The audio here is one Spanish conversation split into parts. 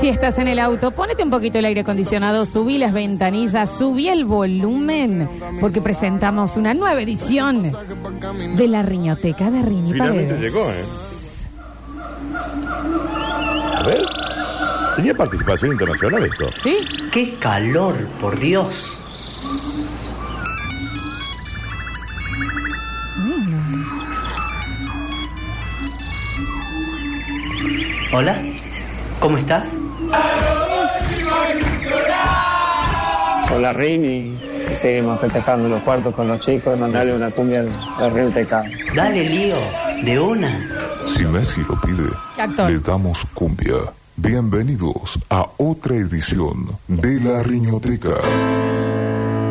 Si estás en el auto, ponete un poquito el aire acondicionado, subí las ventanillas, subí el volumen, porque presentamos una nueva edición de la riñoteca de Rini Finalmente Paredes. llegó, ¿eh? A ver. Tenía participación internacional esto. ¿Sí? ¡Qué calor, por Dios! Hola, ¿cómo estás? Hola Rini, seguimos festejando los cuartos con los chicos, mandale una cumbia al, al Río Tecán. Dale lío, de una. Si Messi lo pide, ¿Qué actor? le damos cumbia. Bienvenidos a otra edición de La Riñoteca.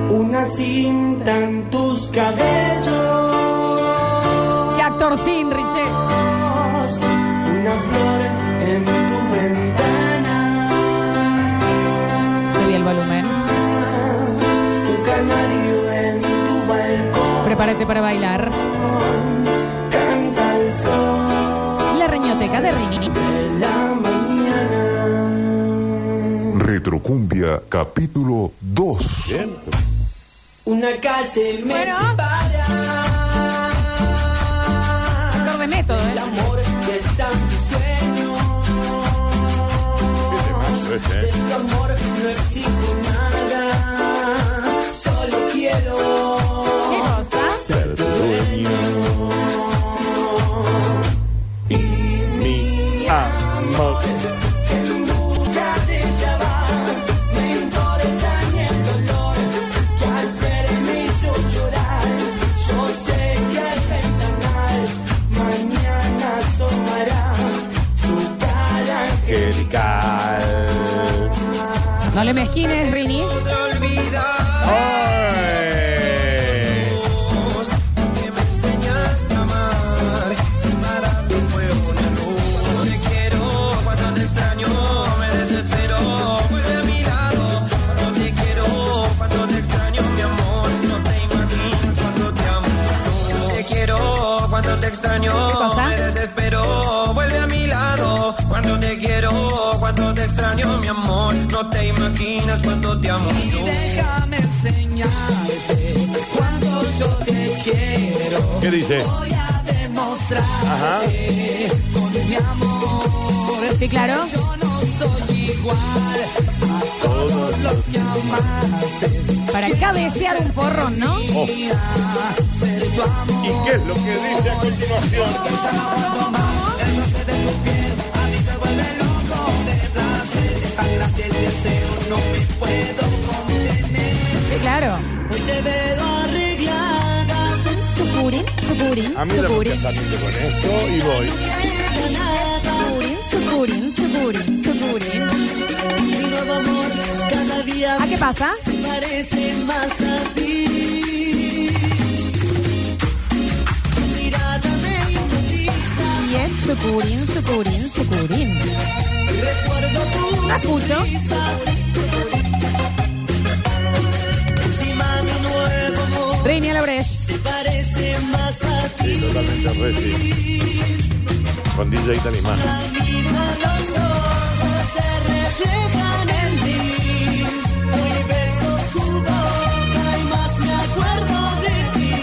Una cinta en tus cabellos, ¡Qué actor sin, Riche! una flor en tu ventana, Subí el volumen. un canario en tu balcón, Prepárate para bailar. canta el sol La riñoteca de Rini. de la mañana. Retrocumbia, capítulo 2. Bien. Una calle me Bueno. separa, Actor de método, el ¿eh? amor que está en tus sueños. Temazo ese, ¿eh? De tu amor no exijo nada, solo quiero ¿Qué cosa? Ser dueño y mi amor. en busca de llevar, no importa ni el dolor que ayer me hizo llorar. Yo sé que al ventanal mañana asomará su cara Angelical. No le mezquines, Rini. ¡Ay! Cuando te extraño, cosa? me desespero, vuelve a mi lado. Cuando te quiero, cuando te extraño, mi amor, no te imaginas cuánto te amo. yo. Déjame enseñarte cuánto yo te quiero. ¿Qué dice? Voy a demostrarte con mi amor. Sí, claro. Yo no soy igual a todos los que amaste. Para cabecear un porrón, ¿no? Oh. Ser tu amor. ¿Y qué es lo que dice a continuación? Sí, claro. Hoy te veo arreglada, Supurin, supurin, A mí la me supurin, encanta con esto y voy. supurin, supurin, supurin, supurin. mi nuevo amor cada día ¿A qué pasa? parece más a ti. Tu mirada me hipnotiza, Y es supurin, supurin, supurin. recuerdo tu La escucho. sonrisa. Encima mi nuevo amor Rini a la brecha. se parece más a Sí, ti. totalmente Resi. Con DJ Talismán. Mira los ojos se reflejan en mí. Hoy beso su boca y más me acuerdo de ti.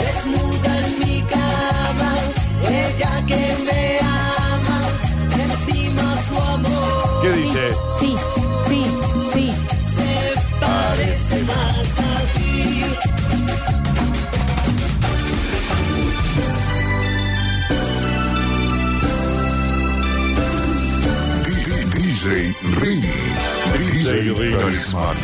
Desnuda en mi cama, ella que me ama, encima su amor ¿Qué dice? Sí, sí, sí. se parece más a ti. DJ Rini. DJ Rini. DJ Talismán.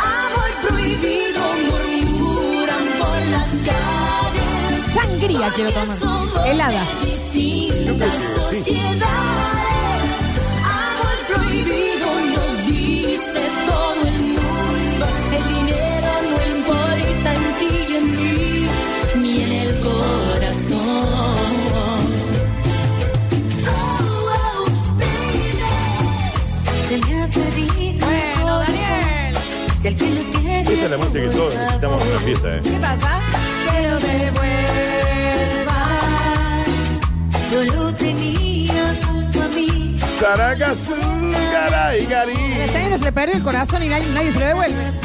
Amor prohibido murmuran por las calles. Sangría quiero tomar. Helada. Distintas sociedades. Amor prohibido nos dice todo el mundo. El dinero no importa en ti y en mí, ni en el corazón. Oh, oh, baby. Te me ha perdido el Bueno, corazón. Daniel. Si alguien lo tiene, Esta es la música que todos necesitamos en una fiesta, ¿eh? ¿Qué pasa? que lo devuelva. Yo lo tenía junto a mí Saragasu, garay, En el garí. año no se le perdió el corazón y nadie, nadie se lo devuelve. Se fue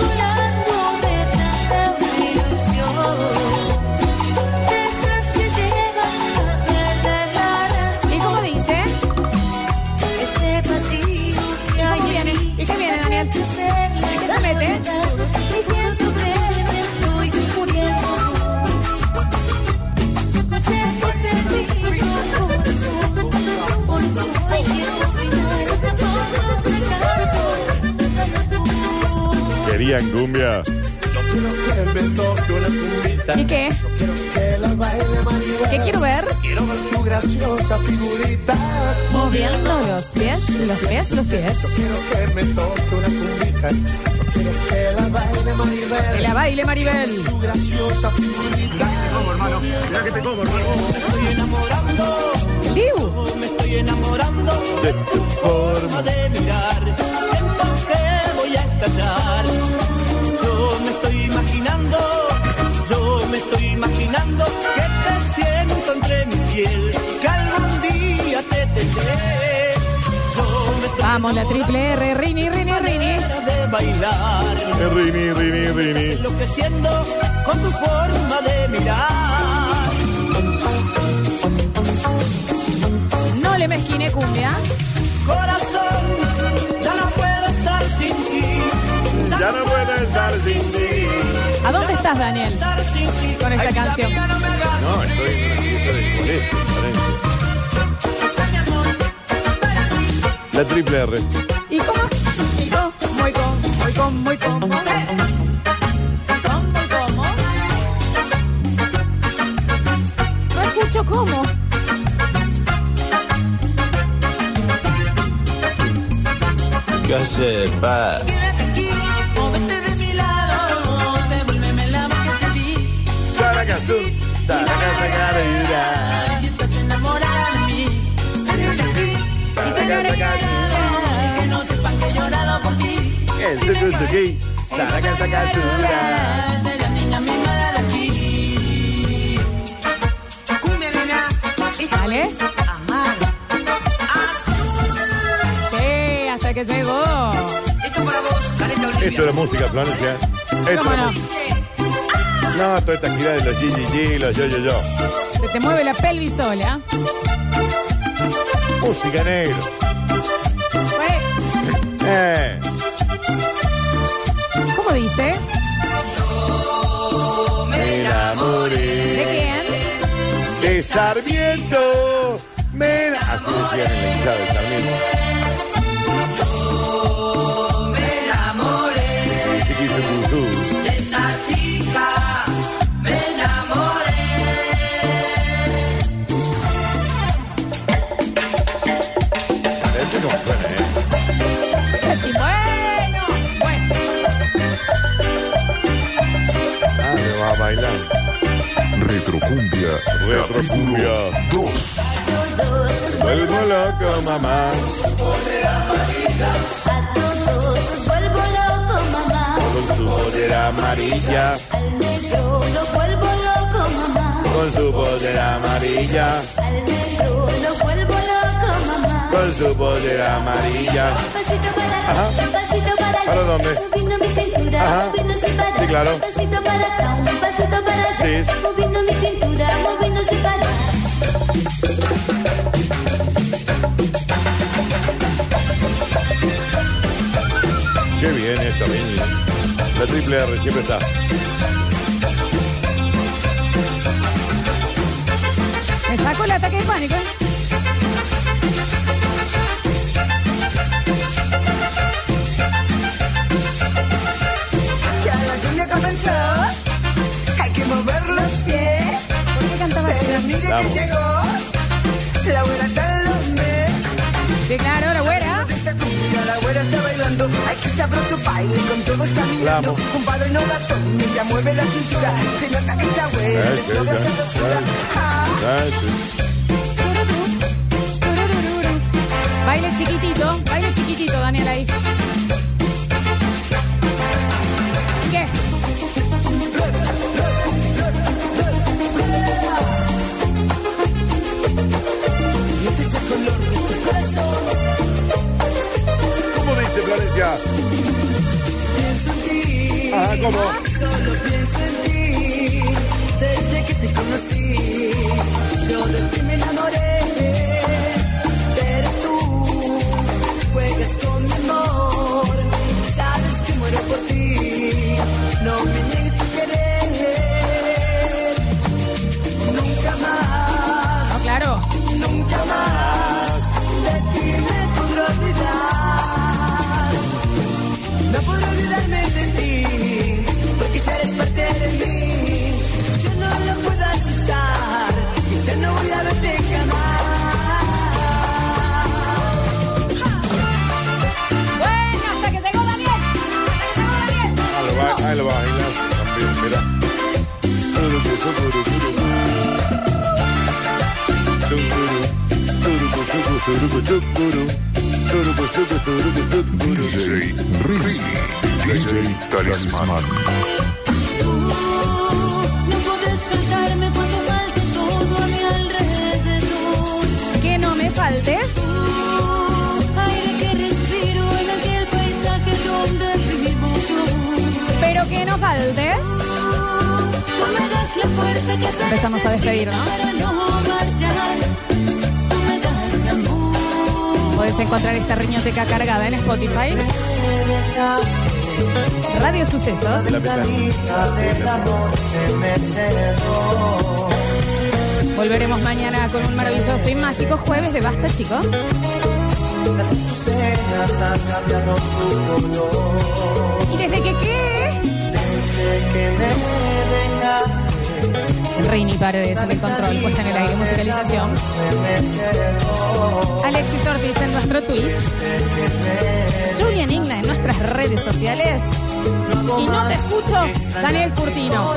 volando detrás de una ilusión. Esas que llevan a perder la razón. ¿Y cómo dice? Este vacío que hay cómo viene? en mí ¿Y qué viene, me Daniel? siente ser ¿Y qué se mete? desconectada. Me siento que me estoy muriendo. Se fue perdido corazón. Por eso hoy quiero brindar por los fracasos. Querían cumbia. ¿Y qué? ¿Qué quiero ver? Quiero ver su graciosa figurita. Moviendo los pies, los pies, los pies. Quiero que me toque una cumbita. Quiero que la baile Que Maribel. la baile Maribel. Su graciosa figurita. El Dibu. Me estoy enamorando de tu forma de mirar. Siento que voy a estallar. Yo me estoy imaginando, yo me estoy imaginando que te siento entre mi piel, que algún día te tendré. Yo me estoy Vamos, la triple R. Rini, Rini, Rini. enamorando de bailar. Rini, rini, rini. enloqueciendo con tu forma de mirar. No le mezquine cumbia. Corazón, ya no puedo estar sin ti. Ya no puedo estar sin ti. ¿A dónde estás, Daniel? Estar sin ti. Con esta Ay, vida canción. mía, no me hagas No, estoy en una fiesta de colegio, Florencia. La triple R. ¿Y cómo? ¿Y cómo? Muy con, muy con, muy con. ¿Cómo? ¿Cómo? ¿Cómo? No escucho cómo. Quédate aquí, o vete de mi lado, devuélveme el amor que te di. Ay, si estás enamorada de mí, quédate aquí, y te lo regalaré, que no sepan que he llorado por ti. De la niña mimada de aquí. Cumbia, nena, ¿Vale? amar, Sí, hasta que llegó. Esto para vos, Careta Esto era música, Florencia. Esto ¿Cómo era no? música. No, toda esta gira de los GGG, los yo, yo, yo. Se te mueve la pelvis sola. Música negro. Fue- Eh. ¿Cómo dice? Me enamoré. ¿De quién? De Sarmiento. Me enamoré. Así decían en la hinchada de Sarmiento. me enamoré. Ese no fue, ¿eh? Y bueno, bueno. Ah, me va a bailar. Retrocumbia. Retrocumbia. 2. Vuelvo loco, mamá. A todos vuelvo loco, mamá. Con su pollera amarilla. Al negro lo vuelvo loco, mamá. Con su pollera amarilla. Al negro lo vuelvo loco, mamá. Con su pollera amarilla. Pasito para Ajá. acá, un pasito para allá. ¿Para dónde? Moviendo mi cintura, Ajá. moviendo sin parar. Sí, claro. Un pasito para acá, un pasito para allá. Sí. Moviendo mi cintura, moviendo sin parar. Qué bien esta mini. La triple R siempre está. Me sacó el ataque de pánico. ¿eh? Ya la cumbia comenzó, hay que mover los pies. ¿Por qué cantaba así? Pero mire Vamos. que llegó la güera Salomé. Sí, claro, la güera. De esta cumbia la güera está bailando. Ay, qué sabroso baile, con todo está mirando. Vamos. Compadre, no la tome, ya mueve la cintura. Se nota que está güera, Eh, le sobra eh, eh, sabrosura. Ah, Eh, sí. Baile chiquitito, baile chiquitito, Daniel ahí. ¿Y ¿Qué? como Solo pienso en ti, desde que te conocí, yo de ti me enamoré, pero tú juegas con mi amor, sabes que muero por ti, no me niegues tu querer, nunca más, No, claro. nunca más, de ti me podré olvidar, no podré olvidarme de ti, porque ya eres parte de mí. Yo no lo puedo aceptar, y ya no voy a verte jamás. Bueno, hasta que llegó Daniel. Ah, lo va, ah, lo va a bailar también, mirá. DJ Rini. DJ Talismán. Tú no podés faltarme cuando falte todo a mi alrededor. Que no me falte. Tú, aire que respiro en aquel paisaje donde vivo yo. Pero que no falte. Tú me das la fuerza que se Empezamos a necesita despedir, ¿no? Para no marchar. Tú me das amor. Podés encontrar esta riñoteca cargada en Spotify. Radio Sucesos. La mitad. Volveremos mañana con un maravilloso y mágico jueves de Basta, chicos. Y desde que qué... Rini Paredes en el control, puesta en el aire, musicalización. Alexis Ortiz en nuestro Twitch. Julian Igna en nuestras redes sociales. Y no te escucho, Daniel Curtino.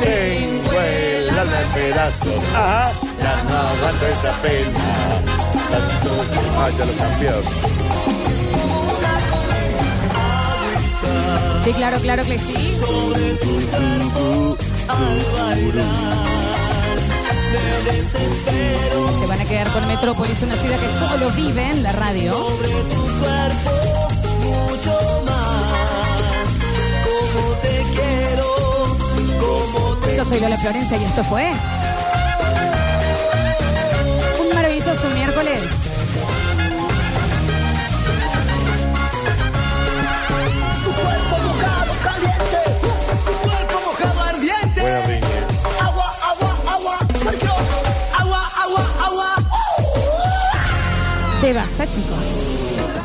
Tengo el alma en pedazos. Ajá. Ya no aguanto esa pena. Tanto que- Ah, ya lo cambiaron. Sí, claro, claro que sí. Se van a quedar con Metrópolis, una ciudad que solo vive en la radio. Yo soy Lola Florencia y esto fue. Un maravilloso miércoles. Tu cuerpo mojado, caliente, tu cuerpo mojado, ardiente. Buena riña. Agua, agua, agua, soy yo. Agua, agua, agua. Te basta, chicos.